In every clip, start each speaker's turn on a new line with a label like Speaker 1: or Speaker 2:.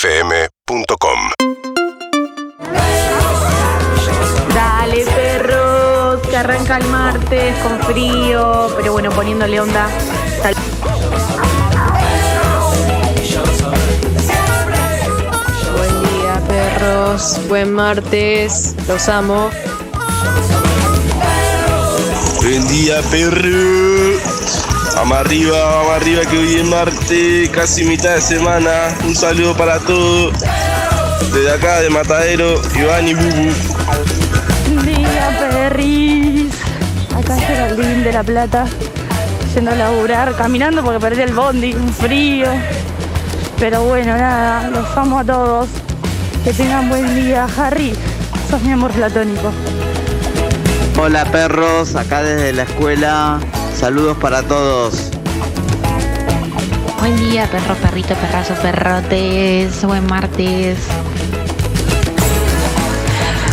Speaker 1: UrbanaPlayFM.com
Speaker 2: Dale, perros, que arranca el martes con frío, pero bueno, poniéndole onda. Sal-
Speaker 3: Buen día, perros. Buen martes. Los amo.
Speaker 4: Buen día, perro. Vamos arriba, vamos arriba, que hoy es martes, casi mitad de semana. Un saludo para todos. Desde acá, de Matadero, Iván y Bubu.
Speaker 5: Buen día, perris. Acá es Geraldine de La Plata, yendo a laburar, caminando porque perdí el bondi, un frío. Pero bueno, nada, los amo a todos. Que tengan buen día, Harry. Sos mi amor platónico.
Speaker 6: Hola perros, acá desde la escuela, saludos para todos.
Speaker 7: Buen día, perro, perrito, perrazo, perrotes. Buen martes.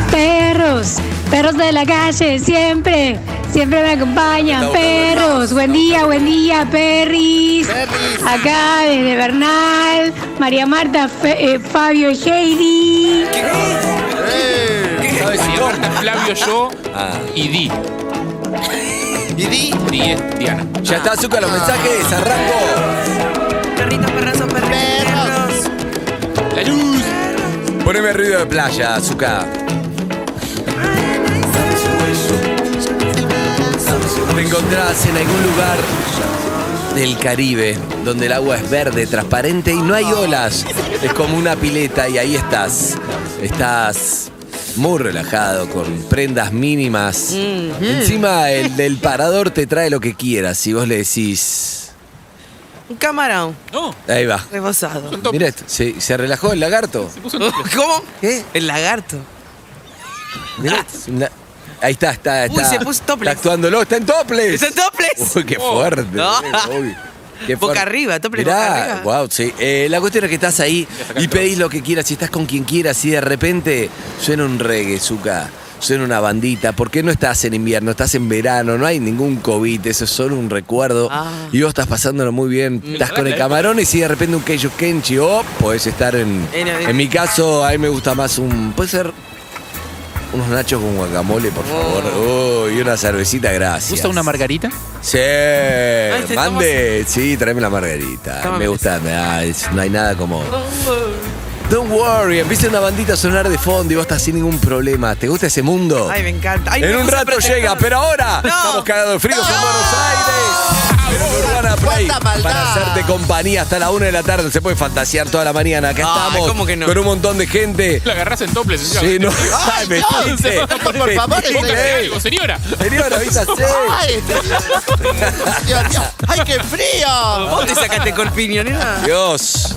Speaker 8: Perros, perros de la calle, siempre, siempre me acompañan. Perros, buen día, buen día, perris. Acá desde Bernal, María Marta, Fe- eh, Fabio y Heidi.
Speaker 9: Yo, Flavio, yo
Speaker 6: Ah.
Speaker 9: y Di.
Speaker 10: Y di,
Speaker 9: Di es Diana.
Speaker 10: ya está azúcar los mensajes, arranco.
Speaker 11: Perrito, perrazo, perros.
Speaker 9: La luz.
Speaker 10: Poneme ruido de playa, azúcar. Te encontrás en algún lugar del Caribe, donde el agua es verde, transparente y no hay olas. Es como una pileta y ahí estás. Estás muy relajado, con prendas mínimas. Encima el del parador te trae lo que quieras. Si vos le decís...
Speaker 11: Un camarón
Speaker 9: No,
Speaker 10: Ahí va.
Speaker 11: rebozado.
Speaker 10: Mira esto, ¿se, se relajó el lagarto?
Speaker 9: se puso un tople.
Speaker 11: ¿Cómo?
Speaker 10: ¿Qué?
Speaker 11: El lagarto.
Speaker 10: Mirá, es una- ahí está, está,
Speaker 11: Ah. Uy,
Speaker 10: está.
Speaker 11: se puso topless.
Speaker 10: Está actuándolo, está en toples.
Speaker 11: ¡Son toples!
Speaker 10: Uy, qué
Speaker 9: Oh,
Speaker 10: fuerte.
Speaker 11: no.
Speaker 10: uy, qué
Speaker 11: Boca arriba, tople
Speaker 10: Mirá,
Speaker 11: boca arriba.
Speaker 10: wow, sí. Eh, la cuestión es que estás ahí y pedís lo que quieras, si estás con quien quieras y de repente suena un reggae, Zuka. Suena una bandita, porque no estás en invierno, estás en verano, no hay ningún COVID, eso es solo un recuerdo.
Speaker 11: Ah.
Speaker 10: Y vos estás pasándolo muy bien, estás con el camarón y si de repente un Keijo Kenchi o podés estar en...
Speaker 11: En el-
Speaker 10: En mi caso, a mí me gusta más un... Puede ser unos nachos con guacamole, por favor. Oh, y una cervecita, gracias.
Speaker 9: ¿Gusta una margarita?
Speaker 10: Sí,
Speaker 11: te
Speaker 10: mande. Sí, tráeme la margarita.
Speaker 11: Tómame
Speaker 10: Me gusta, me da- es- no hay nada como. Don't worry, empieza una bandita a sonar de fondo y vos estás sin ningún problema. ¿Te gusta ese mundo?
Speaker 11: Ay, me encanta. Ay,
Speaker 10: en
Speaker 11: me
Speaker 10: un
Speaker 11: puse a
Speaker 10: rato
Speaker 11: protector.
Speaker 10: llega, pero ahora
Speaker 11: No. Ah,
Speaker 10: estamos cagados de frío en Buenos Aires. Pero en Urbana Play,
Speaker 6: ¡Cuánta maldad!
Speaker 10: para hacerte compañía hasta la una de la tarde, se puede fantasear toda la mañana. Acá
Speaker 11: Ay,
Speaker 10: estamos
Speaker 11: ¿cómo que no?
Speaker 10: con un montón de gente.
Speaker 9: La agarrás en tople,
Speaker 10: Sí, no.
Speaker 6: Ay,
Speaker 10: Ay,
Speaker 6: no,
Speaker 10: metiste,
Speaker 6: por favor,
Speaker 10: metiste.
Speaker 9: Boca de algo, señora.
Speaker 10: Señor, avísase.
Speaker 6: ¡Ay, Dios mío! ¡Ay, qué frío!
Speaker 11: ¿Vos te sacaste corpiño, nena?
Speaker 10: Dios.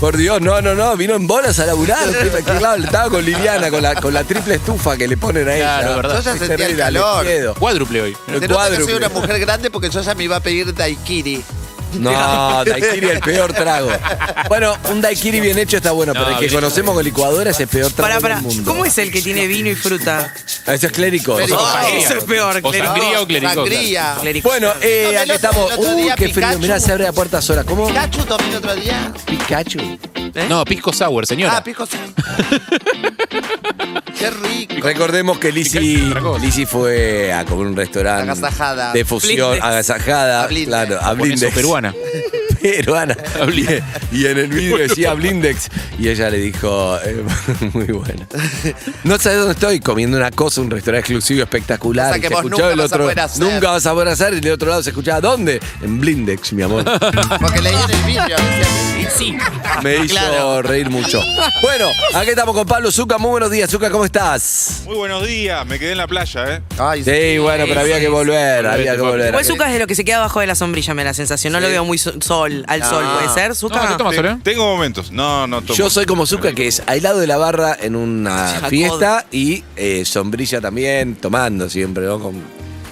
Speaker 10: Por Dios, no, no, no. Vino en bolas a laburar. Qué- qué claro, estaba con Liliana, con la, con la triple estufa que le ponen a ella.
Speaker 9: Claro, es verdad.
Speaker 6: Yo ya
Speaker 10: Es
Speaker 6: sentía el
Speaker 10: terrible,
Speaker 6: calor.
Speaker 10: Alejedo.
Speaker 9: Cuádruple hoy.
Speaker 10: El
Speaker 6: Se nota que soy
Speaker 10: cuádruple.
Speaker 6: una mujer grande porque yo ya me iba a pedir daiquiri.
Speaker 10: No, daiquiri el peor trago. Bueno, un daiquiri bien hecho está bueno, pero
Speaker 9: No,
Speaker 10: el que
Speaker 9: bien.
Speaker 10: conocemos con licuadora es el peor trago
Speaker 11: Pará, pará.
Speaker 10: del mundo.
Speaker 11: ¿Cómo es el que tiene vino y fruta?
Speaker 10: Ah, Eso es clérico.
Speaker 6: Clérico.
Speaker 10: Eso-
Speaker 6: Ah,
Speaker 11: eso es peor,
Speaker 9: O
Speaker 11: clerical.
Speaker 9: sangría o clericó.
Speaker 6: Sangría.
Speaker 11: Clérigo.
Speaker 10: Bueno, eh,
Speaker 6: Tomé el
Speaker 10: aquí
Speaker 6: otro-
Speaker 10: estamos.
Speaker 6: el otro
Speaker 10: Uy,
Speaker 6: día
Speaker 10: qué frío.
Speaker 6: Pikachu.
Speaker 10: Mirá, se abre la puerta sola. ¿Cómo?
Speaker 6: Pikachu tomé el otro día.
Speaker 10: Pikachu.
Speaker 11: ¿Eh?
Speaker 9: No, pisco sour, señora.
Speaker 6: Ah, pico sí. Qué rico.
Speaker 10: Recordemos que
Speaker 9: Picante,
Speaker 10: Lizzy,
Speaker 9: otra cosa.
Speaker 10: Lizzy fue a comer un restaurante
Speaker 6: Agasajada.
Speaker 10: de fusión,
Speaker 11: Blindex.
Speaker 10: agasajada,
Speaker 6: A Blindex.
Speaker 10: claro, a
Speaker 9: Por eso,
Speaker 10: Blindex.
Speaker 9: peruana.
Speaker 10: Peruana.
Speaker 9: A Blindex.
Speaker 10: Y en el vídeo decía Blindex y ella le dijo, eh, muy bueno. No sabes dónde estoy, comiendo una cosa, un restaurante exclusivo espectacular.
Speaker 6: O sea
Speaker 10: y
Speaker 6: que
Speaker 10: se
Speaker 6: vos
Speaker 10: escuchaba
Speaker 6: nunca
Speaker 10: el
Speaker 6: vas a
Speaker 10: otro,
Speaker 6: poder hacer.
Speaker 10: nunca vas a poder hacer y del otro lado se escuchaba, ¿dónde? En Blindex, mi amor.
Speaker 6: Porque leí en el vídeo.
Speaker 9: Sí.
Speaker 10: Me hizo reír mucho. Bueno, aquí estamos con Pablo Zuca. Muy buenos días, Zuca, ¿cómo estás?
Speaker 12: Muy buenos días, me quedé en la playa, ¿eh?
Speaker 6: Ay,
Speaker 10: Sí, bueno, pero había que volver, había que volver.
Speaker 11: Igual Zucca es de lo que se queda abajo de la sombrilla, me da la sensación. No lo veo muy so- sol, al sol, ¿puede ser,
Speaker 9: No,
Speaker 11: Zucca?
Speaker 9: no tomas,
Speaker 12: Te-
Speaker 9: Solé.
Speaker 12: Tengo momentos. No, no tomo.
Speaker 10: Yo soy como Zucca, que es aislado de la barra en una
Speaker 11: Jacob.
Speaker 10: fiesta y eh, sombrilla también, tomando siempre, ¿no? Con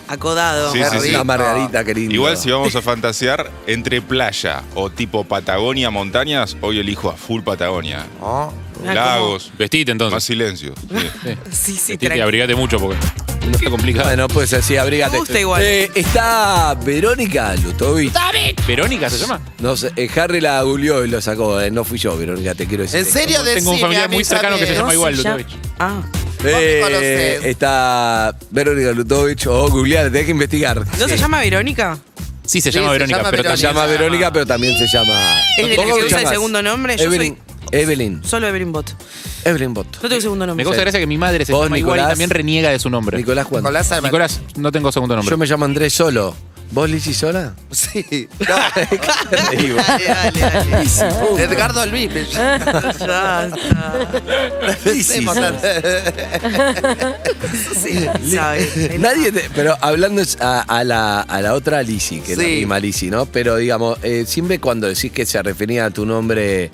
Speaker 11: Acodado.
Speaker 12: Sí, sí, sí.
Speaker 10: una margarita, qué lindo.
Speaker 12: Igual si vamos a fantasear entre playa o tipo Patagonia, montañas, hoy elijo a full Patagonia.
Speaker 6: Oh.
Speaker 11: Ah,
Speaker 12: Lagos,
Speaker 9: Vestite entonces.
Speaker 12: más silencio. sí.
Speaker 11: Sí, sí,
Speaker 9: Vestite y
Speaker 11: tranqui.
Speaker 9: abrigate mucho porque. No está complicado.
Speaker 10: Bueno, pues así, abrígate.
Speaker 9: Me gusta igual.
Speaker 10: Eh, está Verónica Lutovic.
Speaker 9: ¿Verónica se llama?
Speaker 10: No sé, eh, Harry la googleó y lo sacó. eh, no fui yo, Verónica, te quiero decir.
Speaker 13: ¿En
Speaker 10: esto.
Speaker 13: serio?
Speaker 9: Tengo un
Speaker 13: Decime,
Speaker 9: familiar muy
Speaker 13: avísame.
Speaker 9: cercano que se llama
Speaker 11: Eh,
Speaker 13: No,
Speaker 9: igual,
Speaker 13: sí, ya.
Speaker 9: Ludovic.
Speaker 13: Ah.
Speaker 10: Eh,
Speaker 11: conocés.
Speaker 10: está Verónica Lutovic o googlear, tenés que investigar.
Speaker 11: ¿No se llama Verónica?
Speaker 9: Sí, se
Speaker 11: Sí, llama se Verónica, llama pero
Speaker 10: se
Speaker 11: Verónica.
Speaker 10: llama Verónica, pero también se llama.
Speaker 11: ¿Es de la que
Speaker 10: ¿Cómo
Speaker 11: se
Speaker 10: te
Speaker 11: usa el
Speaker 10: llamas?
Speaker 11: segundo nombre? Yo
Speaker 10: Evelyn. Evelyn.
Speaker 11: soy solo Evelyn Bot.
Speaker 10: Evelyn Bot.
Speaker 11: No tengo segundo nombre.
Speaker 9: Me causa gracia que mi madre se
Speaker 10: Vos,
Speaker 9: llama igual y
Speaker 10: Nicolás.
Speaker 9: también reniega de su nombre.
Speaker 10: Nicolás Juan. Nicolás
Speaker 9: Nicolás, no tengo segundo nombre.
Speaker 10: Yo me llamo Andrés Solo. ¿Vos, Lizzy Sola?
Speaker 13: Sí.
Speaker 10: dale,
Speaker 13: dale, dale. Oh. Edgardo Luis.
Speaker 11: Ya
Speaker 10: Lizzy.
Speaker 11: Sí, sabe.
Speaker 10: Nadie te- pero hablando es a, a la, a la otra Lizzy, que es la
Speaker 11: Sí.
Speaker 10: misma Lizzy, ¿no? Pero digamos, eh, siempre cuando decís que se refería a tu nombre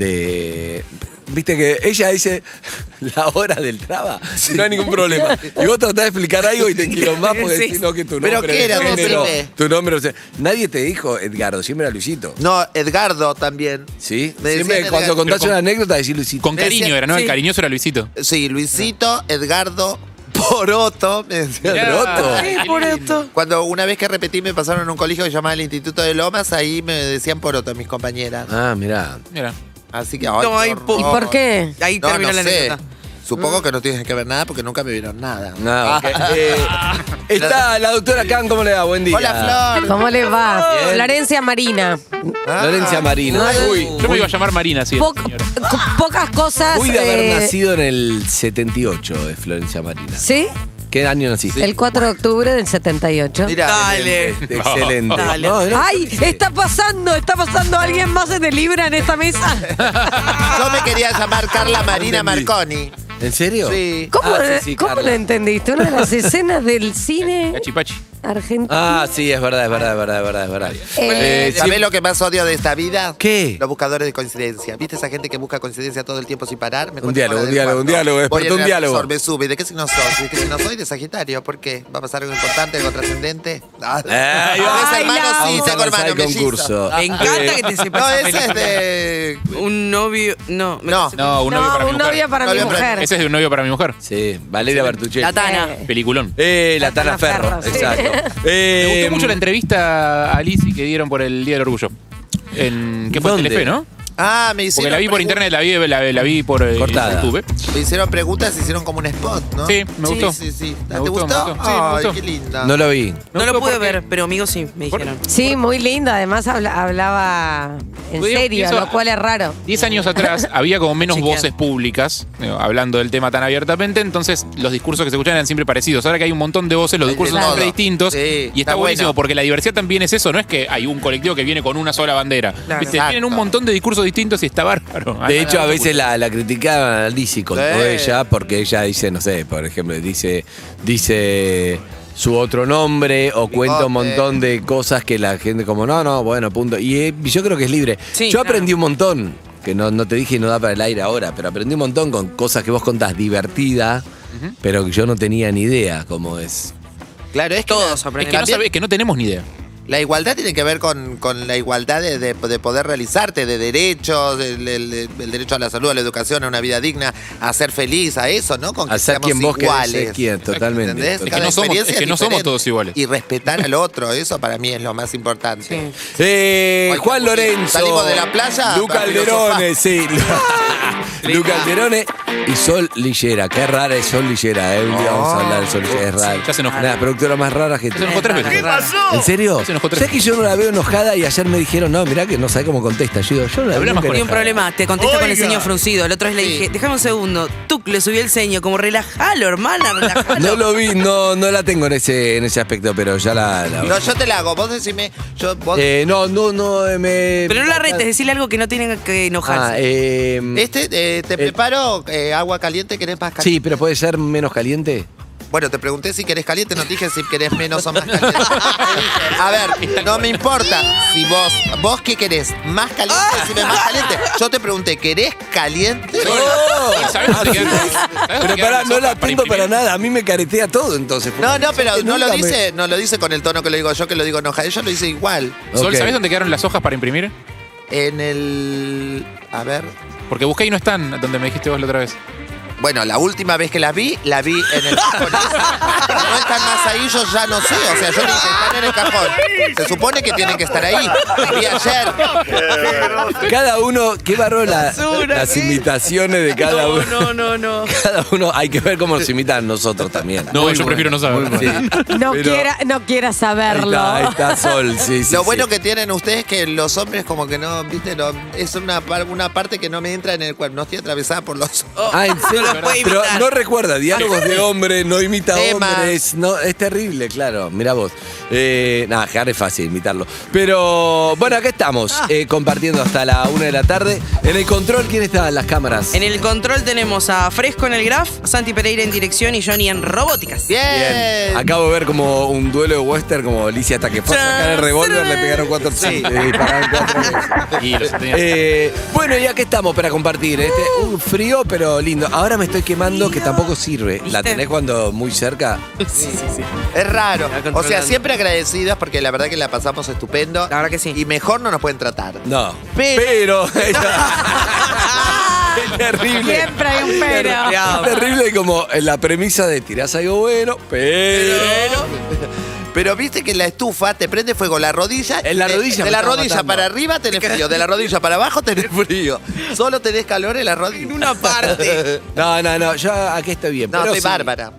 Speaker 10: de. Viste que ella dice la hora del traba, no hay ningún problema. Y vos tratás de explicar algo y te más porque
Speaker 13: Sí.
Speaker 10: decís no que tu nombre.
Speaker 13: ¿Pero qué era?
Speaker 10: tu nombre,
Speaker 13: Decime.
Speaker 10: tu nombre, o sea, nadie te dijo Edgardo, siempre era Luisito.
Speaker 13: No, Edgardo también.
Speaker 10: ¿Sí?
Speaker 13: Me decían
Speaker 10: Siempre cuando
Speaker 13: Edgardo.
Speaker 10: contás
Speaker 13: Pero
Speaker 10: una anécdota decís Luisito.
Speaker 9: Con cariño era, ¿no? El
Speaker 13: Sí.
Speaker 9: cariñoso era Luisito.
Speaker 13: Sí, Luisito, Edgardo, Poroto. Me decían.
Speaker 9: Mirá. Poroto. Sí,
Speaker 13: Poroto. Cuando una vez que repetí me pasaron a un colegio que llamaba el Instituto de Lomas, ahí me decían Poroto mis compañeras.
Speaker 10: Ah, mirá.
Speaker 9: Mira.
Speaker 13: Así que ay,
Speaker 11: No, hay po-
Speaker 13: horror.
Speaker 11: ¿Y por qué? Ahí
Speaker 13: No,
Speaker 11: terminó
Speaker 13: no
Speaker 11: la
Speaker 13: sé.
Speaker 11: anécdota.
Speaker 13: Supongo que no tienes que ver nada porque nunca me vieron nada.
Speaker 10: No, ok. Eh, está la doctora Khan, ¿cómo le va? Buen día.
Speaker 13: Hola, Flor.
Speaker 3: ¿Cómo le va?
Speaker 10: Bien.
Speaker 3: Florencia Marina.
Speaker 10: Florencia Marina. Uy,
Speaker 9: Yo me iba a llamar Marina, sí.
Speaker 3: Poc- co- pocas cosas.
Speaker 10: Uy, de haber
Speaker 3: eh,
Speaker 10: nacido en el 78 de eh, Florencia Marina.
Speaker 3: ¿Sí?
Speaker 10: ¿Qué año naciste?
Speaker 3: El 4 de octubre del 78.
Speaker 13: Mirá,
Speaker 11: Dale.
Speaker 10: Excelente, Excelente.
Speaker 11: Dale.
Speaker 10: No, no,
Speaker 3: ¡Ay! ¡Está pasando! ¡Está pasando alguien más de Libra en esta mesa!
Speaker 13: Yo me quería llamar Carla Marina
Speaker 10: Entendí.
Speaker 13: Marconi.
Speaker 10: ¿En serio?
Speaker 13: eh, Sí.
Speaker 3: ¿Cómo,
Speaker 10: Ah, sí, sí,
Speaker 3: cómo
Speaker 10: Carla.
Speaker 3: lo entendiste? Una de las escenas del cine
Speaker 9: Cachipachi.
Speaker 3: argentino.
Speaker 10: Ah, sí, es verdad, es verdad, es verdad, es verdad, es verdad.
Speaker 3: Eh,
Speaker 10: Eh,
Speaker 13: ¿Sabés
Speaker 10: sí,
Speaker 13: lo que más odio de esta vida?
Speaker 10: ¿Qué?
Speaker 13: Los buscadores de coincidencia. ¿Viste esa gente que busca coincidencia todo el tiempo sin parar? Me
Speaker 10: Un
Speaker 13: encuentro
Speaker 10: diálogo,
Speaker 13: con la
Speaker 10: un
Speaker 13: del
Speaker 10: diálogo, un
Speaker 13: cuarto.
Speaker 10: diálogo,
Speaker 13: Voy
Speaker 10: despertó
Speaker 13: en
Speaker 10: un
Speaker 13: el
Speaker 10: diáloso,
Speaker 13: ascensor, Me sube. ¿De qué signo sos? ¿De qué signo soy? De Sagitario. ¿Por qué? ¿Va a pasar algo importante, algo trascendente? Ah.
Speaker 11: Eh,
Speaker 10: ahí va.
Speaker 13: Tres
Speaker 3: Ay,
Speaker 13: hermanos,
Speaker 3: la
Speaker 13: sí,
Speaker 10: Vamos a
Speaker 13: tengo
Speaker 10: lanzar
Speaker 13: hermanos.
Speaker 10: el concurso.
Speaker 11: Me encanta
Speaker 10: Eh,
Speaker 11: que te sepas.
Speaker 13: No,
Speaker 9: Ah,
Speaker 11: esa
Speaker 13: ese es
Speaker 11: película.
Speaker 13: de.
Speaker 11: Un novio. No, me
Speaker 13: eh. No.
Speaker 11: parece-
Speaker 9: No, un novio
Speaker 3: no,
Speaker 9: para mi
Speaker 3: un novio
Speaker 9: mujer.
Speaker 3: para
Speaker 13: No
Speaker 3: mi
Speaker 13: le
Speaker 3: mujer.
Speaker 9: Ese es de un novio para mi mujer.
Speaker 10: Sí, Valeria Bertuccelli.
Speaker 11: La Tana.
Speaker 9: Peliculón.
Speaker 10: Eh, la Tana
Speaker 3: Tana
Speaker 10: Ferro,
Speaker 3: Ferro, sí.
Speaker 10: exacto.
Speaker 9: Me
Speaker 10: Eh,
Speaker 9: gustó mucho la entrevista a Lizzy que dieron por el Día del Orgullo. En, ¿Qué fue?
Speaker 10: ¿Dónde?
Speaker 9: Telefe, ¿no?
Speaker 13: Ah, me
Speaker 9: Porque
Speaker 13: hicieron.
Speaker 9: la vi por
Speaker 13: pregun-
Speaker 9: internet, la vi, la, la vi por eh,
Speaker 10: Cortada.
Speaker 9: YouTube.
Speaker 13: Me hicieron preguntas, hicieron como un spot, ¿no?
Speaker 9: Sí, me gustó.
Speaker 13: Sí, sí, sí.
Speaker 9: Me
Speaker 13: ¿Te
Speaker 9: gustó, me
Speaker 13: gustó?
Speaker 9: gustó. Sí, me
Speaker 13: Ay,
Speaker 9: gustó.
Speaker 13: qué linda.
Speaker 10: No lo vi.
Speaker 11: No lo pude
Speaker 9: porque-
Speaker 11: ver, pero amigos sí, me
Speaker 9: ¿Por-
Speaker 11: dijeron.
Speaker 3: Sí, muy lindo. Además habla- hablaba en
Speaker 9: Digo, y
Speaker 3: serio,
Speaker 9: eso-
Speaker 3: lo cual es raro.
Speaker 9: Diez años atrás había como menos
Speaker 11: Chequear.
Speaker 9: voces públicas digo, hablando del tema tan abiertamente, entonces los discursos que se escuchaban eran siempre parecidos. Ahora que hay un montón de voces, los
Speaker 13: Hay de
Speaker 9: discursos son
Speaker 13: todo.
Speaker 9: siempre distintos
Speaker 13: Sí,
Speaker 9: y está,
Speaker 13: está
Speaker 9: buenísimo
Speaker 13: bueno.
Speaker 9: porque la diversidad también es eso, no es que hay un colectivo que viene con una sola bandera.
Speaker 11: Claro.
Speaker 9: Viste, Tienen
Speaker 13: Exacto.
Speaker 9: un montón de discursos distintos y está bárbaro.
Speaker 10: De hecho, a veces la, la criticaban a Lizzy con todo
Speaker 13: Sí.
Speaker 10: ella, porque ella dice, no sé, por ejemplo, dice, dice su otro nombre o cuenta un montón de cosas que la gente como, no, no, bueno, punto. Y eh, yo creo que es libre.
Speaker 11: Sí,
Speaker 10: yo
Speaker 11: claro.
Speaker 10: aprendí un montón, que no, no te dije y no da para el aire ahora, pero aprendí un montón con cosas que vos contás divertidas, pero que yo no tenía ni idea cómo es.
Speaker 13: Claro, es que
Speaker 11: Todos
Speaker 13: la-
Speaker 9: es
Speaker 11: aprenden.
Speaker 9: que no, sabe- es que no tenemos ni idea.
Speaker 13: La igualdad tiene que ver con, con la igualdad de, de- de poder realizarte, de derechos, el, el- el derecho a la salud, a la educación, a una vida digna, a ser feliz, a eso, ¿no? Con que
Speaker 10: A ser
Speaker 13: seamos
Speaker 10: quien vos querés
Speaker 13: iguales.
Speaker 10: ser quien, totalmente.
Speaker 13: ¿Entendés?
Speaker 10: totalmente.
Speaker 13: Cada
Speaker 9: no somos-
Speaker 13: experiencia
Speaker 9: es que no somos
Speaker 13: diferente.
Speaker 9: todos iguales.
Speaker 13: Y respetar al otro, eso para mí es lo más importante.
Speaker 10: Eh,
Speaker 13: Cualquier
Speaker 10: Juan
Speaker 13: cosa.
Speaker 10: Lorenzo.
Speaker 13: Salimos de la playa
Speaker 10: Luca
Speaker 13: para
Speaker 10: Alderone, sí. Luca Alderone y Sol Lillera. Qué rara es Sol Lillera, ¿eh? Un día vamos a hablar de Sol Lillera. Es rara.
Speaker 9: ya se enojó.
Speaker 10: La productora más rara que
Speaker 9: Se enojó tres veces. ¿Qué pasó?
Speaker 10: ¿En serio?
Speaker 9: Ya se enojó tres
Speaker 10: ¿Sabés que yo no la veo enojada y ayer me dijeron, no, mirá que no sabe cómo contesta. Yo digo, yo no la veo
Speaker 9: Hablemos
Speaker 10: nunca
Speaker 9: con
Speaker 11: Tenía un
Speaker 10: enojada.
Speaker 11: problema, te contesta con el ceño fruncido. El otro es le dije, déjame un segundo. Tú le subí el ceño, como relajalo, hermana, relajalo.
Speaker 10: No lo vi, no, no la tengo en ese, en ese aspecto, pero ya la. la-
Speaker 13: No, yo te la hago. Vos decime. Yo, vos-
Speaker 10: Eh, no, no, no, eh, me.
Speaker 11: Pero no la retes, decirle algo que no tienen que
Speaker 10: Ah,
Speaker 11: enojarse.
Speaker 10: eh,
Speaker 13: este, eh, te preparo eh, agua caliente, querés más caliente.
Speaker 10: Sí, pero puede ser menos caliente.
Speaker 13: Bueno, te pregunté si querés caliente, no te dije si querés menos o más caliente. A ver, no me importa si vos, vos qué querés, más caliente, si me más caliente. Yo te pregunté, ¿querés caliente? Oh,
Speaker 10: No.
Speaker 9: ¿Sabés dónde quedan- sabés dónde
Speaker 10: Pero
Speaker 9: quedan
Speaker 10: pará,
Speaker 9: las
Speaker 10: no la
Speaker 9: hojas
Speaker 10: atiendo para
Speaker 9: imprimir?
Speaker 10: nada. A mí me caretea todo entonces. porque
Speaker 13: No, no, pero
Speaker 10: que
Speaker 13: no lo
Speaker 10: nunca me-
Speaker 13: dice, no lo dice con el tono que lo digo yo, que lo digo enojada. Ella lo dice igual.
Speaker 9: Sol,
Speaker 10: Ok.
Speaker 9: ¿sabés dónde quedaron las hojas para imprimir?
Speaker 13: En el. A ver.
Speaker 9: Porque busqué y no están donde me dijiste vos la otra vez.
Speaker 13: Bueno, la última vez que las vi, la vi en el cajón. No están más ahí, yo ya no sé. O sea, yo dije, están en el cajón. Se supone que tienen que estar ahí. Vi ayer.
Speaker 10: Cada uno, qué barro la-
Speaker 13: Basura,
Speaker 10: las
Speaker 13: sí.
Speaker 10: imitaciones de cada uno.
Speaker 11: No, no, no.
Speaker 10: Cada uno, hay que ver cómo nos imitan nosotros también.
Speaker 9: No, yo prefiero no saber.
Speaker 3: No,
Speaker 10: Pero-
Speaker 3: quiera, no quiera saberlo.
Speaker 10: Ahí está Sol, sí, sí.
Speaker 13: Lo
Speaker 10: sí.
Speaker 13: bueno que tienen ustedes es que los hombres como que no, viste, lo- es una, par- una parte que no me entra en el cuerpo, no estoy atravesada por los
Speaker 11: Oh.
Speaker 10: Ah, en serio.
Speaker 13: No lo puede
Speaker 10: Pero
Speaker 13: imitar.
Speaker 10: no recuerda, diálogos de hombre, no imita
Speaker 13: Tema.
Speaker 10: hombres. No, es terrible, claro. Mirá vos. Eh, Nada, Jar es fácil imitarlo. Pero bueno, acá estamos,
Speaker 13: Ah.
Speaker 10: eh, compartiendo hasta la una de la tarde. En el control, ¿quién está en las cámaras?
Speaker 11: En el control tenemos a Fresco en el Graf, Santi Pereira en dirección y Johnny en robóticas.
Speaker 10: Bien. Acabo de ver como un duelo de western, como Alicia hasta que fue a sacar el revólver, le pegaron cuatro sí. le dispararon cuatro veces. Eh, bueno, y aquí estamos para compartir. Este, un frío, pero lindo. Ahora me estoy quemando, que tampoco sirve. La tenés cuando muy cerca.
Speaker 11: Sí, sí, sí.
Speaker 13: Es raro. O sea,
Speaker 10: controlando.
Speaker 13: siempre agradecidas porque la verdad que la pasamos estupendo. La
Speaker 11: verdad que sí.
Speaker 13: Y mejor no nos pueden tratar.
Speaker 10: No.
Speaker 13: Pero.
Speaker 10: Es terrible.
Speaker 3: Siempre hay un
Speaker 10: Es
Speaker 3: pero.
Speaker 10: terrible como la premisa de tirás algo bueno, pero.
Speaker 13: Pero viste que la estufa te prende fuego la rodilla.
Speaker 10: En la
Speaker 13: de-
Speaker 10: rodilla
Speaker 13: De,
Speaker 10: me
Speaker 13: la
Speaker 10: estaba
Speaker 13: rodilla
Speaker 10: matando.
Speaker 13: para arriba tenés frío, de la rodilla para abajo tenés frío. Solo tenés calor en la rodilla. En
Speaker 11: una parte.
Speaker 10: No, no, no, yo aquí estoy bien.
Speaker 13: No,
Speaker 10: pero
Speaker 13: estoy
Speaker 10: sí.
Speaker 13: bárbara.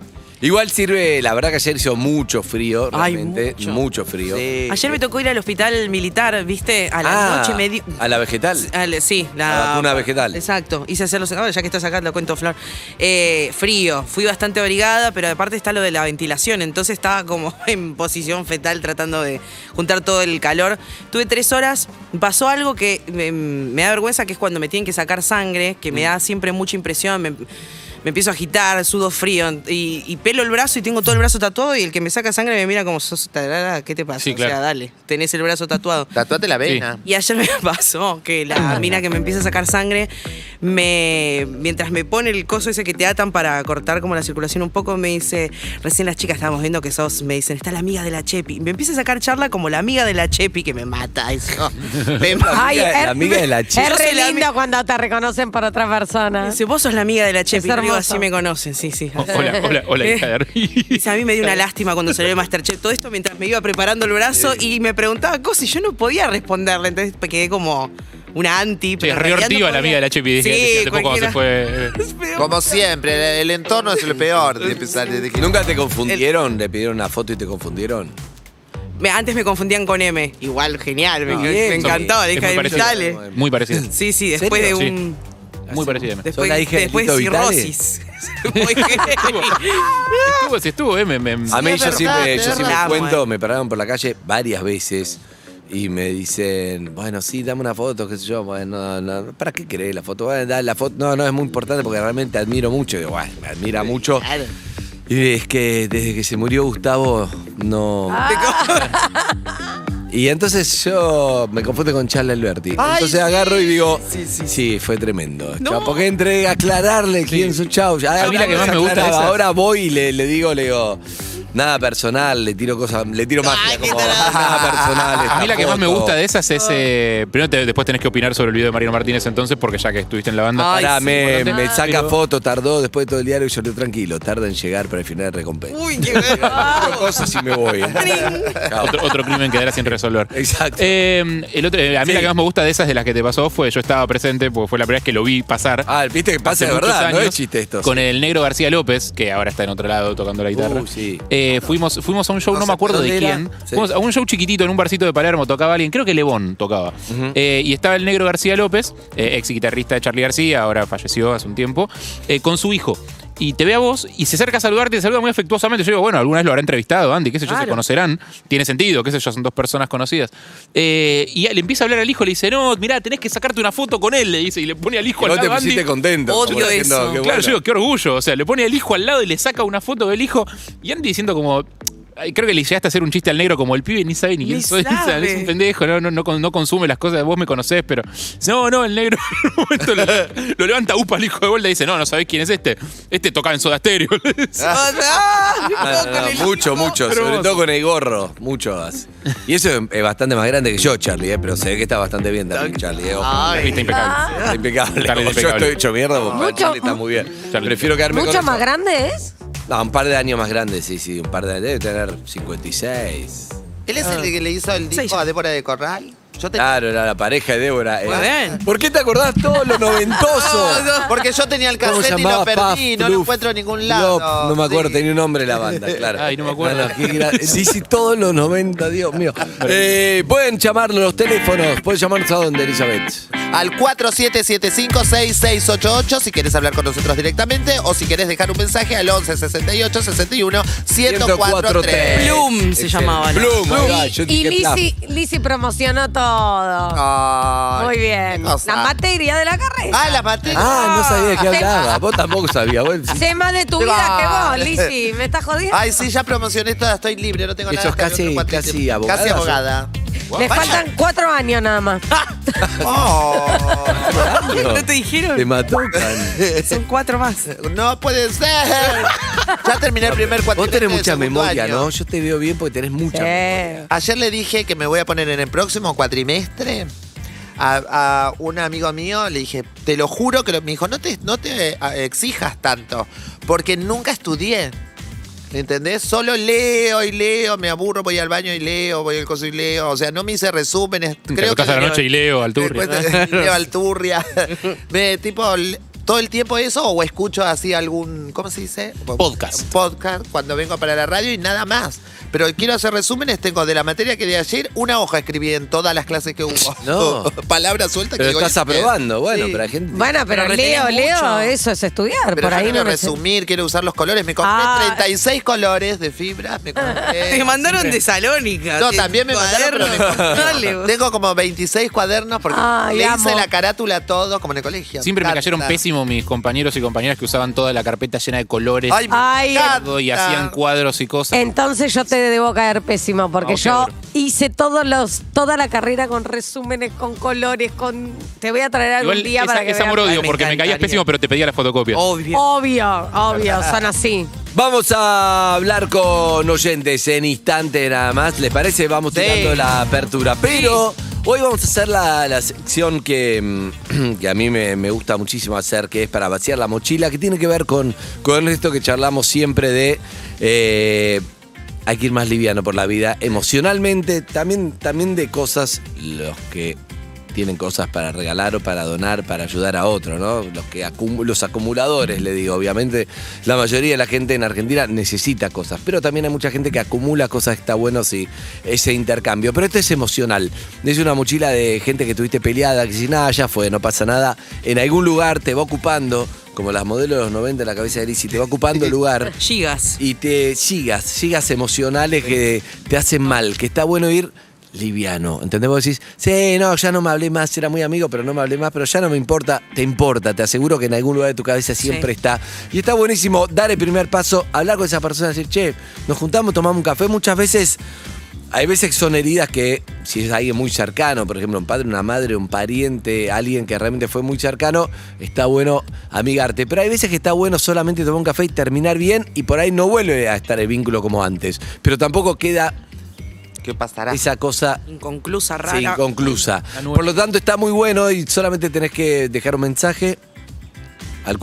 Speaker 10: Igual sirve, la verdad que ayer hizo mucho frío,
Speaker 11: Ay,
Speaker 10: realmente, mucho. frío.
Speaker 11: Ayer me tocó ir al hospital militar, viste, a la
Speaker 10: Ah,
Speaker 11: noche me di-
Speaker 10: A la vegetal.
Speaker 11: al- sí,
Speaker 10: La
Speaker 11: la.
Speaker 10: vacuna vegetal.
Speaker 11: Exacto. Hice hacer los. ahora ya que estás acá, lo cuento, Flor. Eh, frío. Fui bastante abrigada, pero aparte está lo de la ventilación. Entonces estaba como en posición fetal tratando de juntar todo el calor. Tuve tres horas. Pasó algo que me, me da vergüenza, que es cuando me tienen que sacar sangre, que
Speaker 10: Mm.
Speaker 11: me da siempre mucha impresión. Me, me empiezo a agitar, sudo frío y, y pelo el brazo y tengo todo el brazo tatuado y el que me saca sangre me mira como, "Sos tarada, ¿qué te pasa?
Speaker 13: Sí,
Speaker 11: O sea,
Speaker 13: claro.
Speaker 11: dale, tenés el brazo tatuado.
Speaker 13: Tatuate la vena.
Speaker 11: Y ayer me pasó que la mina que me empieza a sacar sangre, me, mientras me pone el coso ese que te atan para cortar como la circulación un poco, me dice, recién las chicas estábamos viendo que sos, me dicen, está la amiga de la Chepi. Y me empieza a sacar charla como la amiga de la Chepi, que me mata eso. Me mata.
Speaker 3: Ay,
Speaker 10: La
Speaker 3: es-
Speaker 10: amiga de la chica.
Speaker 3: Es
Speaker 11: Yo soy la
Speaker 3: re lindo cuando te reconocen por otra persona.
Speaker 11: Dice, vos sos la amiga de la Chepi. Yo digo,
Speaker 3: hermoso.
Speaker 11: así me conocen, sí, sí.
Speaker 9: Hola, hola, hola, hija de
Speaker 11: Dice, a mí me dio una lástima cuando salió el Masterchef. Todo esto mientras me iba preparando el brazo y me preguntaba cosas y yo no podía responderle. Entonces quedé como una anti.
Speaker 9: Che,
Speaker 11: pero
Speaker 9: es
Speaker 11: en
Speaker 9: re
Speaker 11: realidad no
Speaker 9: hortiva la
Speaker 11: podía.
Speaker 9: amiga de la Chepi. Dije,
Speaker 11: Sí,
Speaker 9: dije hace poco cuando se fue.
Speaker 13: Como siempre, el, el entorno es lo peor de empezar de- de-
Speaker 10: ¿Nunca te confundieron? ¿Le pidieron una foto y te confundieron?
Speaker 11: Me- antes me confundían con M. Igual, genial.
Speaker 9: eh,
Speaker 11: Me,
Speaker 10: Ah,
Speaker 11: me
Speaker 10: bien.
Speaker 11: encantaba, la
Speaker 10: Es
Speaker 11: hija
Speaker 10: muy
Speaker 11: de
Speaker 10: parecido.
Speaker 11: Vitale.
Speaker 9: Muy parecida.
Speaker 11: Sí, sí, después de
Speaker 9: Sí.
Speaker 11: un...
Speaker 9: Muy parecida.
Speaker 11: Después, después cirrosis.
Speaker 9: Estuvo, sí, estuvo, eh. Me, me-
Speaker 10: A mí
Speaker 9: Sí, es
Speaker 10: yo
Speaker 9: verdad,
Speaker 10: siempre,
Speaker 9: es
Speaker 10: yo siempre
Speaker 9: verdad.
Speaker 10: cuento, me pararon por la calle varias veces y me dicen, bueno, sí, dame una foto, qué sé yo, bueno, no, no, ¿para qué querés la foto? Bueno, dale la foto, no, no, es muy importante porque realmente te admiro mucho, Y digo, "Bueno, me admira mucho.
Speaker 11: Ah.
Speaker 10: Y es que desde que se murió Gustavo, no... Y entonces yo me confundo con Charles Alberti.
Speaker 13: Ay,
Speaker 10: entonces agarro y digo, sí, fue tremendo. Chao, Porque entré a aclararle quién soy Chau. Ya,
Speaker 9: A mí la que más me gusta
Speaker 10: aclaraba.
Speaker 9: de esas.
Speaker 10: Ahora voy y le, le digo, le digo, nada personal, le tiro cosas, le tiro magia como "Ah, nada personal.
Speaker 9: A mí la que más me
Speaker 10: foto".
Speaker 9: gusta de esas es. eh, primero, te- después tenés que opinar sobre el video de Mariano Martínez entonces, porque ya que estuviste en la banda.
Speaker 10: Pará, me, Eh, me saca
Speaker 9: Pero-
Speaker 10: foto, tardó después de todo el diario y yo le tranquilo, tarda en llegar para el final de recompensa.
Speaker 11: Uy, qué
Speaker 10: Tiro cosas y me voy. Chao.
Speaker 9: Otro, otro crimen quedará sin resolver.
Speaker 10: Exacto.
Speaker 9: el otro, eh, a mí la que más me gusta de esas de las que te pasó fue, yo estaba presente, porque fue la primera vez que lo vi pasar.
Speaker 10: Ah, viste que pasa
Speaker 9: hace
Speaker 10: de
Speaker 9: muchos
Speaker 10: verdad, no
Speaker 9: años,
Speaker 10: es chiste esto.
Speaker 9: Con el negro García López, que ahora está en otro lado tocando la guitarra.
Speaker 10: Uh, sí.
Speaker 9: Eh, fuimos, fuimos a un show, no,
Speaker 10: No
Speaker 9: me
Speaker 10: sé
Speaker 9: acuerdo de
Speaker 10: dónde era.
Speaker 9: quién.
Speaker 10: Sí.
Speaker 9: Fuimos a un show chiquitito en un barcito de Palermo, tocaba alguien, creo que Lebón tocaba. Eh, y estaba el negro García López, eh, ex guitarrista de Charlie García, ahora falleció hace un tiempo, eh, con su hijo. Y te ve a vos y se acerca a saludarte, te saluda muy afectuosamente. Yo digo, bueno, alguna vez lo habrá entrevistado, Andy, qué sé yo, se
Speaker 3: Claro.
Speaker 9: conocerán. Tiene sentido, qué sé yo, son dos personas conocidas. Eh, y le empieza a hablar al hijo, le dice, no, mirá, tenés que sacarte una foto con él, le dice, y le pone al hijo
Speaker 10: Y
Speaker 9: al
Speaker 10: vos te
Speaker 9: lado, Andy.
Speaker 10: pusiste contento.
Speaker 11: Odio
Speaker 10: como diciendo,
Speaker 11: eso.
Speaker 10: "Qué
Speaker 9: Claro,
Speaker 10: bueno".
Speaker 9: yo digo, qué orgullo. O sea, le pone al hijo al lado y le saca una foto del hijo. Y Andy diciendo como. ay, creo que le llegaste a hacer un chiste al negro como el pibe ni sabe ni quién
Speaker 11: Ni
Speaker 9: soy.
Speaker 11: sabe.
Speaker 9: o sea, Es un pendejo, no, no, no, con- no consume las cosas. Vos me conocés, pero. No, no, el negro en un momento lo, lo levanta upa al hijo de vuelta y dice: No, no sabés quién es este. Este tocaba en soda estéreo.
Speaker 10: No, no, no, Ah, mucho, mucho. Sobre todo con el gorro. Mucho hace. Y eso es eh, bastante más grande que yo, Charlie, eh, pero se ve que está bastante bien también, Charlie. eh, ojo.
Speaker 13: Ay.
Speaker 9: Está impecable.
Speaker 10: Está impecable.
Speaker 9: Charlie
Speaker 10: Como yo
Speaker 9: impecable.
Speaker 10: estoy hecho mierda, porque
Speaker 3: Mucho-
Speaker 10: Charlie está muy bien. Prefiero quedarme
Speaker 3: ¿Mucho
Speaker 10: con
Speaker 3: más
Speaker 10: eso.
Speaker 3: grande es?
Speaker 10: No, un par de años más grande, sí, sí. Un par de años. Debe tener 56.
Speaker 13: Él es el que le hizo el disco a Débora de Corral. Yo te-
Speaker 10: Claro, era la pareja de Débora. eh.
Speaker 13: Muy bien.
Speaker 10: ¿Por qué te acordás todo lo noventoso?
Speaker 13: Porque yo tenía el
Speaker 10: ¿Cómo
Speaker 13: cassette y lo
Speaker 10: llamaba?
Speaker 13: perdí,
Speaker 10: Puff,
Speaker 13: no lo
Speaker 10: Luff,
Speaker 13: encuentro en ningún lado.
Speaker 10: No, no me acuerdo, tenía un nombre la banda, claro.
Speaker 9: Ay, no me acuerdo.
Speaker 10: qué gra- sí, sí, todos los 90, Dios mío. Eh, pueden llamarnos los teléfonos, pueden llamarnos a dónde, Elizabeth.
Speaker 13: Al 47756688 si quieres hablar con nosotros directamente o si quieres dejar un mensaje al 1168 61 1043.
Speaker 11: Bloom se llamaba, ¿no?
Speaker 10: Bloom,
Speaker 11: Bloom.
Speaker 10: ah, yo
Speaker 3: Y
Speaker 10: dije, "Plaf".
Speaker 3: Lizzy, Lizzy promocionó todo.
Speaker 13: Ay,
Speaker 3: Muy bien.
Speaker 13: qué cosa.
Speaker 3: La materia de la carrera.
Speaker 13: Ah, la materia.
Speaker 10: Ah, no sabía de qué
Speaker 3: Sé-
Speaker 10: hablaba. Vos tampoco sabías. Vos,
Speaker 3: Sé más de tu vida que vos, Lizzy. ¿Me estás jodiendo?
Speaker 13: Ay, sí, ya promocioné toda, estoy libre, no tengo
Speaker 10: Que
Speaker 13: nada.
Speaker 10: sos
Speaker 13: que ver,
Speaker 10: casi-
Speaker 13: otro cuatro,
Speaker 10: casi
Speaker 13: siete.
Speaker 10: abogada,
Speaker 13: Casi
Speaker 10: sos.
Speaker 13: abogada.
Speaker 3: Le faltan cuatro años nada más.
Speaker 13: Ah, Oh.
Speaker 10: Ah.
Speaker 11: ¿No te dijeron?
Speaker 10: Te mató, Can.
Speaker 11: Son cuatro más.
Speaker 13: No puede ser. Ya terminé el primer cuatro.
Speaker 10: Vos tenés mucha memoria, ¿no? Yo te veo bien porque tenés mucha
Speaker 11: Eh.
Speaker 10: memoria.
Speaker 13: Ayer le dije que me voy a poner en el próximo cuatrimestre. A, a un amigo mío le dije, te lo juro que lo-". me dijo, no te, no te eh, exijas tanto, porque nunca estudié. ¿Entendés? Solo leo y leo, me aburro, voy al baño y leo, voy al coso y leo. O sea, no me hice resúmenes.
Speaker 9: Te acostás a la noche y leo al turno.
Speaker 13: Después de- leo Alturria. Me, tipo, l- todo el tiempo eso o escucho así algún, ¿cómo se dice?
Speaker 9: Podcast.
Speaker 13: Podcast cuando vengo para la radio y nada más. Pero quiero hacer resúmenes, tengo de la materia que de ayer una hoja escribí en todas las clases que hubo.
Speaker 10: No.
Speaker 13: Palabras sueltas que
Speaker 10: Pero
Speaker 13: digo,
Speaker 10: estás
Speaker 13: "¿Esto qué es?".
Speaker 10: aprobando, bueno,
Speaker 13: Sí.
Speaker 10: pero la gente.
Speaker 3: Bueno, pero,
Speaker 11: Pero
Speaker 3: Leo,
Speaker 11: retenés
Speaker 3: Leo,
Speaker 11: mucho.
Speaker 3: eso es estudiar.
Speaker 13: Pero
Speaker 3: Por
Speaker 13: yo
Speaker 3: ahí
Speaker 13: quiero
Speaker 3: no neces-
Speaker 13: resumir, quiero usar los colores. Me compré
Speaker 3: Ah.
Speaker 13: 36 colores de fibras. Me compré.
Speaker 11: Te mandaron de Salónica.
Speaker 13: Eh, No,
Speaker 11: de
Speaker 13: también me mandaron, pero me
Speaker 11: cuadernos.
Speaker 13: compré.
Speaker 11: Dale, vos. Ah.
Speaker 13: Tengo como 26 cuadernos porque
Speaker 3: Ay,
Speaker 13: le hice
Speaker 3: amo.
Speaker 13: la carátula a todo, como en el colegio.
Speaker 9: Siempre me cayeron
Speaker 13: Carta.
Speaker 9: pésimo mis compañeros y compañeras que usaban toda la carpeta llena de colores
Speaker 13: Ay, me
Speaker 3: Ay,
Speaker 13: encanta.
Speaker 9: y hacían cuadros y cosas.
Speaker 3: Entonces yo te debo caer pésimo porque
Speaker 9: No,
Speaker 3: yo
Speaker 9: seguro.
Speaker 3: hice todos los toda la carrera con resúmenes, con colores, con te voy a traer algún
Speaker 9: Igual
Speaker 3: día
Speaker 9: esa-
Speaker 3: para que
Speaker 9: es
Speaker 3: vean.
Speaker 9: amor
Speaker 11: Ay,
Speaker 9: odio
Speaker 11: me
Speaker 9: porque me caías
Speaker 11: encantaría. Oh,
Speaker 9: pésimo, pero te pedía la fotocopia.
Speaker 11: Obvio.
Speaker 3: Obvio, obvio, son así.
Speaker 10: Vamos a hablar con oyentes en instante nada más. ¿Les parece? Vamos tirando la apertura. Pero hoy vamos a hacer la, la sección que, mm, que a mí me, me gusta muchísimo hacer, que es para vaciar la mochila, que tiene que ver con, con esto que charlamos siempre de. eh, hay que ir más liviano por la vida, emocionalmente, también, también de cosas, los que tienen cosas para regalar o para donar, para ayudar a otro, ¿no? Los, que acumu- los acumuladores, le digo. Obviamente, la mayoría de la gente en Argentina necesita cosas, pero también hay mucha gente que acumula cosas que está bueno si ese intercambio. Pero esto es emocional. Es una mochila de gente que tuviste peleada, que si nada, ya fue, no pasa nada. En algún lugar te va ocupando, como las modelos de los 90 en la cabeza de Lizzy, te va ocupando lugar
Speaker 11: Gigas.
Speaker 10: y te sigas, sigas emocionales que te hacen mal, que está bueno ir liviano, ¿entendés? Vos decís, sí, no, ya no me hablé más, era muy amigo, pero no me hablé más, pero ya no me importa, te importa, te aseguro que en algún lugar de tu cabeza siempre está. Y está buenísimo dar el primer paso, hablar con esa persona, decir, che, nos juntamos, tomamos un café, muchas veces... Hay veces que son heridas que, si es alguien muy cercano, por ejemplo, un padre, una madre, un pariente, alguien que realmente fue muy cercano, está bueno amigarte. Pero hay veces que está bueno solamente tomar un café y terminar bien y por ahí no vuelve a estar el vínculo como antes. Pero tampoco queda
Speaker 13: ¿Qué pasará?
Speaker 10: esa cosa
Speaker 11: Inconclusa,
Speaker 10: sí,
Speaker 11: rara.
Speaker 10: inconclusa. Por lo tanto, está muy bueno y solamente tenés que dejar un mensaje al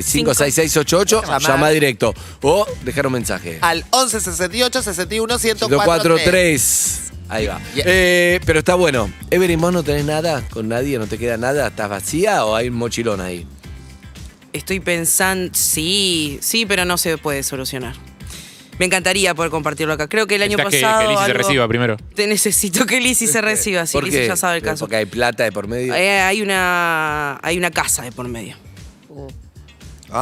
Speaker 10: 47756688,
Speaker 13: Llamar.
Speaker 10: llama directo o dejar un mensaje.
Speaker 13: Al 1168 61 104
Speaker 10: 1043. Ahí va.
Speaker 13: Yeah.
Speaker 10: Eh, pero está bueno. Evelyn, vos no tenés nada con nadie, no te queda nada, estás vacía o hay un mochilón ahí.
Speaker 11: Estoy pensando, sí, sí, pero no se puede solucionar. Me encantaría poder compartirlo acá. Creo que el año
Speaker 9: Necesitas que-
Speaker 11: pasado.
Speaker 9: que Lizzy se
Speaker 11: algo-
Speaker 9: reciba primero.
Speaker 11: Te necesito que Lizzy se reciba, sí,
Speaker 10: ¿Por
Speaker 11: Lizzy
Speaker 10: qué?
Speaker 11: ya sabe el
Speaker 10: Pero
Speaker 11: caso.
Speaker 10: Porque hay plata de por medio.
Speaker 11: Eh, hay una hay una casa de por medio,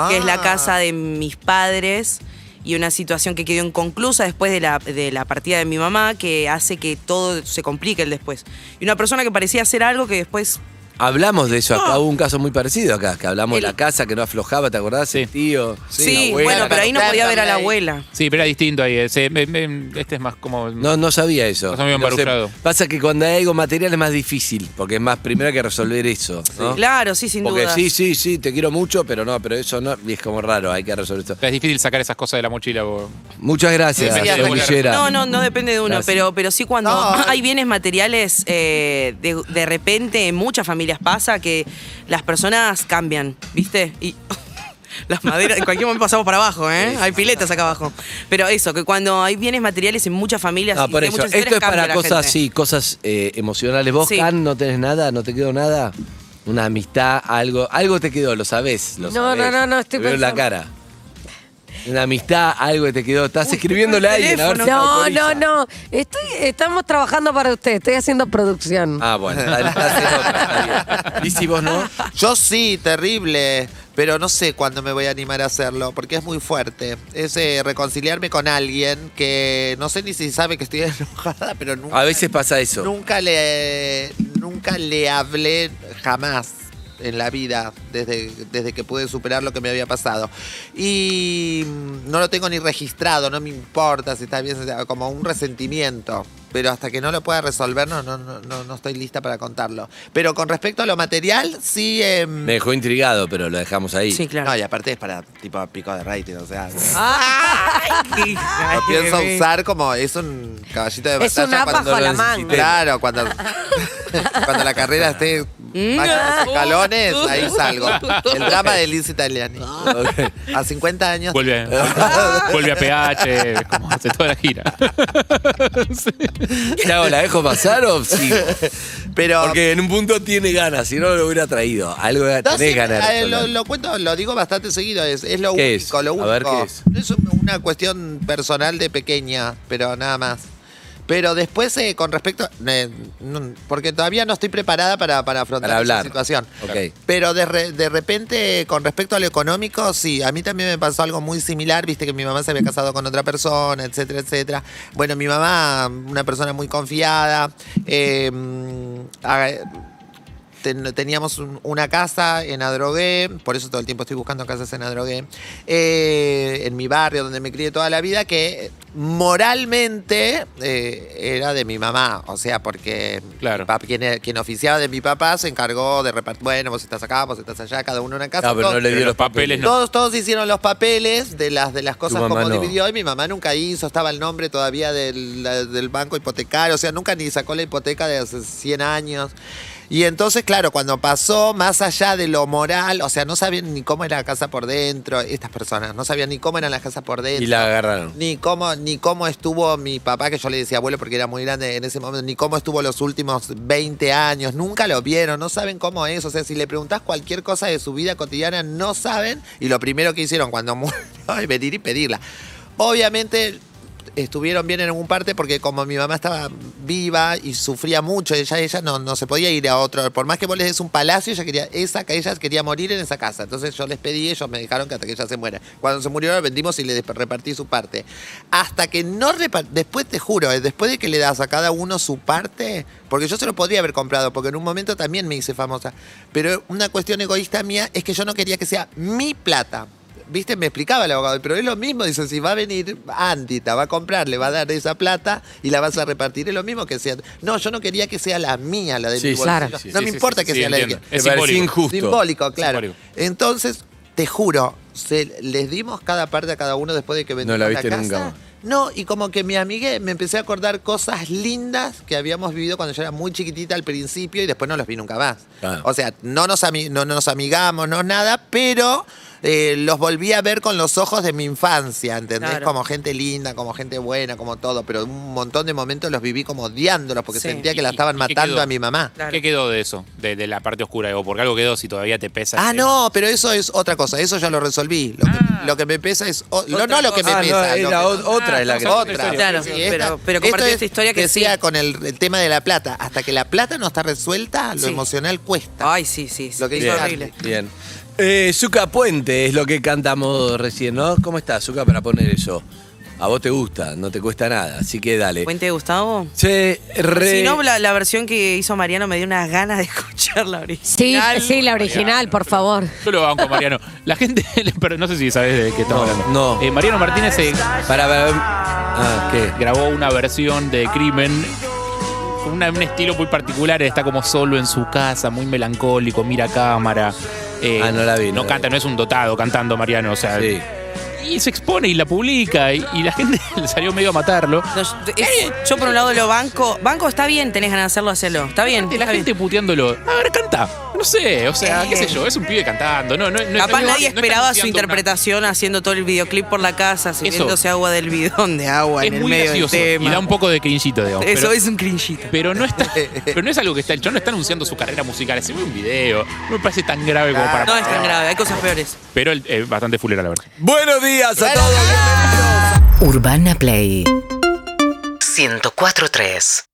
Speaker 11: que
Speaker 10: Ah.
Speaker 11: es la casa de mis padres y una situación que quedó inconclusa después de la, de la partida de mi mamá que hace que todo se complique el después. Y una persona que parecía hacer algo que después
Speaker 10: Hablamos de eso acá, hubo un caso muy parecido acá, que hablamos de la casa que no aflojaba, ¿te acordás? El tío.
Speaker 11: Sí, bueno, pero ahí no podía ver a la abuela.
Speaker 9: Sí, pero era distinto ahí. ese- me- me- este es más como.
Speaker 10: No, no sabía eso.
Speaker 9: Está muy
Speaker 10: Entonces,
Speaker 9: embarujado.
Speaker 10: pasa que cuando hay algo material es más difícil, porque es más primero hay que resolver eso. ¿no?
Speaker 11: Claro, sí, sin
Speaker 10: porque
Speaker 11: duda.
Speaker 10: sí, sí, sí, te quiero mucho, pero no, pero eso no, y es como raro, hay que resolver esto.
Speaker 9: Es difícil sacar esas cosas de la mochila. vos.
Speaker 10: Muchas gracias,
Speaker 9: Depende de volar.
Speaker 10: Anillera.
Speaker 11: No, no, no depende de uno,
Speaker 10: Gracias.
Speaker 11: pero, pero sí cuando
Speaker 13: eh.
Speaker 11: hay bienes materiales, eh, de, de repente en muchas familias pasa que las personas cambian, ¿viste? Y las maderas, en cualquier momento pasamos para abajo, ¿eh? Hay piletas acá abajo. Pero eso, que cuando hay bienes materiales en muchas familias,
Speaker 10: Ah, por
Speaker 11: de
Speaker 10: eso.
Speaker 11: muchas
Speaker 10: Esto es
Speaker 11: historias, cambia
Speaker 10: para
Speaker 11: la
Speaker 10: cosas,
Speaker 11: gente.
Speaker 10: sí, cosas eh, emocionales. ¿Vos,
Speaker 11: Sí.
Speaker 10: Can, no tenés nada? ¿No te quedó nada? Una amistad, algo. Algo te quedó, lo sabés. Lo
Speaker 3: No,
Speaker 10: sabés.
Speaker 3: no, no, no, estoy
Speaker 10: Te veo en la
Speaker 3: pensando.
Speaker 10: cara. Una amistad, algo que te quedó. Estás escribiéndole a alguien. A ver si te
Speaker 3: No,
Speaker 10: autoriza.
Speaker 3: no, no. Estoy, estamos trabajando para usted. Estoy haciendo producción.
Speaker 10: Ah, bueno. dale, dale. ¿Y si vos no?
Speaker 13: Yo sí, terrible. Pero no sé cuándo me voy a animar a hacerlo, porque es muy fuerte. Es eh, reconciliarme con alguien que no sé ni si sabe que estoy enojada, pero nunca,
Speaker 10: A veces pasa eso.
Speaker 13: nunca le nunca le hablé jamás en la vida desde, desde que pude superar lo que me había pasado. Y mm, no lo tengo ni registrado, no me importa si está bien, si está- como un resentimiento. Pero hasta que no lo pueda resolver, no, no, no, no, no estoy lista para contarlo. Pero con respecto a lo material, sí... em,
Speaker 10: Me dejó intrigado, pero lo dejamos ahí.
Speaker 13: Sí, claro. No, y aparte es para tipo pico de rating, o sea.
Speaker 11: Ay,
Speaker 13: Lo pienso usar como es un caballito de
Speaker 3: Es
Speaker 13: batalla
Speaker 3: un as
Speaker 13: cuando
Speaker 3: bajo
Speaker 13: lo
Speaker 3: la
Speaker 13: necesite.
Speaker 3: manga.
Speaker 13: Claro, cuando, cuando la carrera esté
Speaker 3: Mm.
Speaker 13: baja los escalones, ahí salgo. El drama de Liz Italiani. A 50 años.
Speaker 9: Vuelve,
Speaker 11: Ah.
Speaker 9: a- vuelve a PH, como hace toda la gira.
Speaker 10: ¿Qué hago? ¿La dejo pasar o sí?
Speaker 13: Pero.
Speaker 10: Porque en un punto tiene ganas, si no lo hubiera traído. Algo tenés
Speaker 13: No, sí,
Speaker 10: ganas. de
Speaker 13: eh, lo,
Speaker 10: resolver.
Speaker 13: lo cuento, lo digo bastante seguido, es, es lo
Speaker 10: ¿Qué
Speaker 13: único,
Speaker 10: es?
Speaker 13: lo
Speaker 10: A
Speaker 13: único.
Speaker 10: ver, ¿qué es?
Speaker 13: un- una cuestión personal de pequeña, pero nada más. Pero después, eh, con respecto, eh, no- porque todavía no estoy preparada para, para afrontar esa
Speaker 10: Para hablar.
Speaker 13: situación.
Speaker 10: Ok.
Speaker 13: Pero de, re- de repente, con respecto a lo económico, sí, a mí también me pasó algo muy similar, viste que mi mamá se había casado con otra persona, etcétera, etcétera. Bueno, mi mamá, una persona muy confiada, eh, haga- ten- teníamos un- una casa en Adrogué, por eso todo el tiempo estoy buscando casas en Adrogué, eh, en mi barrio donde me crié toda la vida, que moralmente eh, era de mi mamá, o sea, porque mi pap- quien, era- quien oficiaba de mi papá se encargó de repartir, bueno, vos estás acá, vos estás allá, cada uno en una casa.
Speaker 10: No, Ah, pero
Speaker 13: todo-
Speaker 10: no le dio los papeles.
Speaker 9: papeles,
Speaker 10: No.
Speaker 13: todos, todos hicieron los papeles de las, de las cosas
Speaker 10: mamá
Speaker 13: como
Speaker 10: no.
Speaker 13: dividió y mi mamá nunca hizo, estaba el nombre todavía del, la- del banco hipotecario, o sea, nunca ni sacó la hipoteca de hace 100 años. Y entonces, claro, cuando pasó más allá de lo moral, o sea, no sabían ni cómo era la casa por dentro, estas personas, no sabían ni cómo eran las casas por dentro
Speaker 10: Y la agarraron.
Speaker 13: ni cómo, ni cómo estuvo mi papá, que yo le decía abuelo porque era muy grande en ese momento, ni cómo estuvo los últimos 20 años, nunca lo vieron, no saben cómo es. O sea, si le preguntás cualquier cosa de su vida cotidiana, no saben. Y lo primero que hicieron cuando murió es venir y pedirla. Obviamente estuvieron bien en algún parte porque como mi mamá estaba viva y sufría mucho, ella, ella no, no se podía ir a otro. Por más que vos les des un palacio, ella quería, esa, que ella quería morir en esa casa. Entonces yo les pedí, ellos me dejaron que hasta que ella se muera. Cuando se murió la vendimos y le desp- repartí su parte. Hasta que no repa- después te juro, eh, después de que le das a cada uno su parte, porque yo se lo podría haber comprado, porque en un momento también me hice famosa. Pero una cuestión egoísta mía es que yo no quería que sea mi plata. Viste, me explicaba el abogado, pero es lo mismo, dice, si va a venir Andy, te va a comprar, le va a dar esa plata y la vas a repartir, es lo mismo que sea. No, yo no quería que sea la mía, la de
Speaker 10: Sí,
Speaker 13: mi
Speaker 10: sí,
Speaker 13: bolsillo.
Speaker 10: claro. sí,
Speaker 13: no
Speaker 10: sí,
Speaker 13: me
Speaker 10: sí,
Speaker 13: importa
Speaker 10: sí,
Speaker 13: que
Speaker 10: sí,
Speaker 13: sea la de
Speaker 10: entiendo.
Speaker 13: que-
Speaker 10: Me parece Simbólico. injusto.
Speaker 13: Simbólico, claro.
Speaker 10: Simbólico.
Speaker 13: Entonces, te juro, se- les dimos cada parte a cada uno después de que vendimos
Speaker 10: la viste
Speaker 13: casa.
Speaker 10: nunca más.
Speaker 13: No, y como que mi amiga me empecé a acordar cosas lindas que habíamos vivido cuando yo era muy chiquitita al principio y después no los vi nunca más.
Speaker 10: Claro.
Speaker 13: O sea, no nos, ami- no nos amigamos, no nada, pero eh, los volví a ver con los ojos de mi infancia, ¿entendés?
Speaker 11: Claro.
Speaker 13: Como gente linda, como gente buena, como todo, pero un montón de momentos los viví como odiándolos porque
Speaker 11: Sí.
Speaker 13: sentía que la
Speaker 9: ¿Y-
Speaker 13: estaban
Speaker 9: y qué
Speaker 13: matando
Speaker 9: quedó?
Speaker 13: a mi mamá.
Speaker 9: ¿Qué quedó de eso? De, de la parte oscura. Digo, porque algo quedó si todavía te pesa. Eh,
Speaker 13: Ah,
Speaker 9: el-
Speaker 13: no, pero eso es otra cosa, eso ya lo resolví. Lo, que, lo que me pesa es... o- lo- no lo que me
Speaker 10: cosa. Ah, no,
Speaker 13: pesa. lo
Speaker 10: era
Speaker 13: que- Ah,
Speaker 10: o- otra es la que-
Speaker 13: Otra.
Speaker 11: Claro,
Speaker 13: Sí,
Speaker 11: pero-
Speaker 13: esta-
Speaker 11: pero compartí
Speaker 13: esto es-
Speaker 11: esta historia que
Speaker 13: decía
Speaker 11: sí.
Speaker 13: con el, el tema de la plata. Hasta que la plata no está resuelta, lo
Speaker 11: Sí.
Speaker 13: emocional cuesta.
Speaker 11: Ay, sí, sí. sí.
Speaker 13: Lo que
Speaker 11: es
Speaker 13: dice
Speaker 11: horrible.
Speaker 10: Bien. Eh, Zuka Puente es lo que cantamos recién, ¿no? ¿Cómo estás, Zuka, para poner eso? A vos te gusta, no te cuesta nada, así que dale.
Speaker 11: Fuente Gustavo.
Speaker 10: Che, re-
Speaker 11: Si no, la, la versión que hizo Mariano me dio unas ganas de escuchar la
Speaker 3: Sí,
Speaker 11: original.
Speaker 3: sí, la original, por favor.
Speaker 9: Yo lo banco, Mariano. La gente, pero no sé si sabes de qué estamos hablando. No. Mariano Martínez se-
Speaker 10: ah,
Speaker 9: grabó una versión de Crimen con una- un estilo muy particular. Está como solo en su casa, muy melancólico, mira a cámara. Eh, no canta, no es un dotado cantando Mariano, o sea. Y se expone y la publica y, y la gente le salió medio a matarlo.
Speaker 11: Es- yo por un lado lo banco. Banco está bien, tenés ganas de hacerlo, hacerlo. Está bien.
Speaker 9: la gente puteándolo. A ver, canta. No sé, o sea, qué sé yo, es un pibe cantando. No, no, no-
Speaker 11: Capaz
Speaker 9: no- no
Speaker 11: nadie
Speaker 9: está
Speaker 11: esperaba su
Speaker 9: anunciando una-
Speaker 11: interpretación haciendo todo el videoclip por la casa, sirviéndose agua del bidón de agua
Speaker 9: es
Speaker 11: en el
Speaker 9: muy
Speaker 11: medio del
Speaker 9: gracioso
Speaker 11: tema.
Speaker 9: y da un poco de cringito, digamos.
Speaker 11: Eso
Speaker 9: pero-
Speaker 11: es un cringito.
Speaker 9: Pero no está, pero no es algo que está, el chon no está anunciando su carrera musical, se ve un video, no me parece tan grave como para
Speaker 11: No es tan grave, hay cosas peores.
Speaker 9: Pero el- eh, bastante fulera la verdad.
Speaker 10: Buenos días a todos.
Speaker 14: Urbana Play 104.3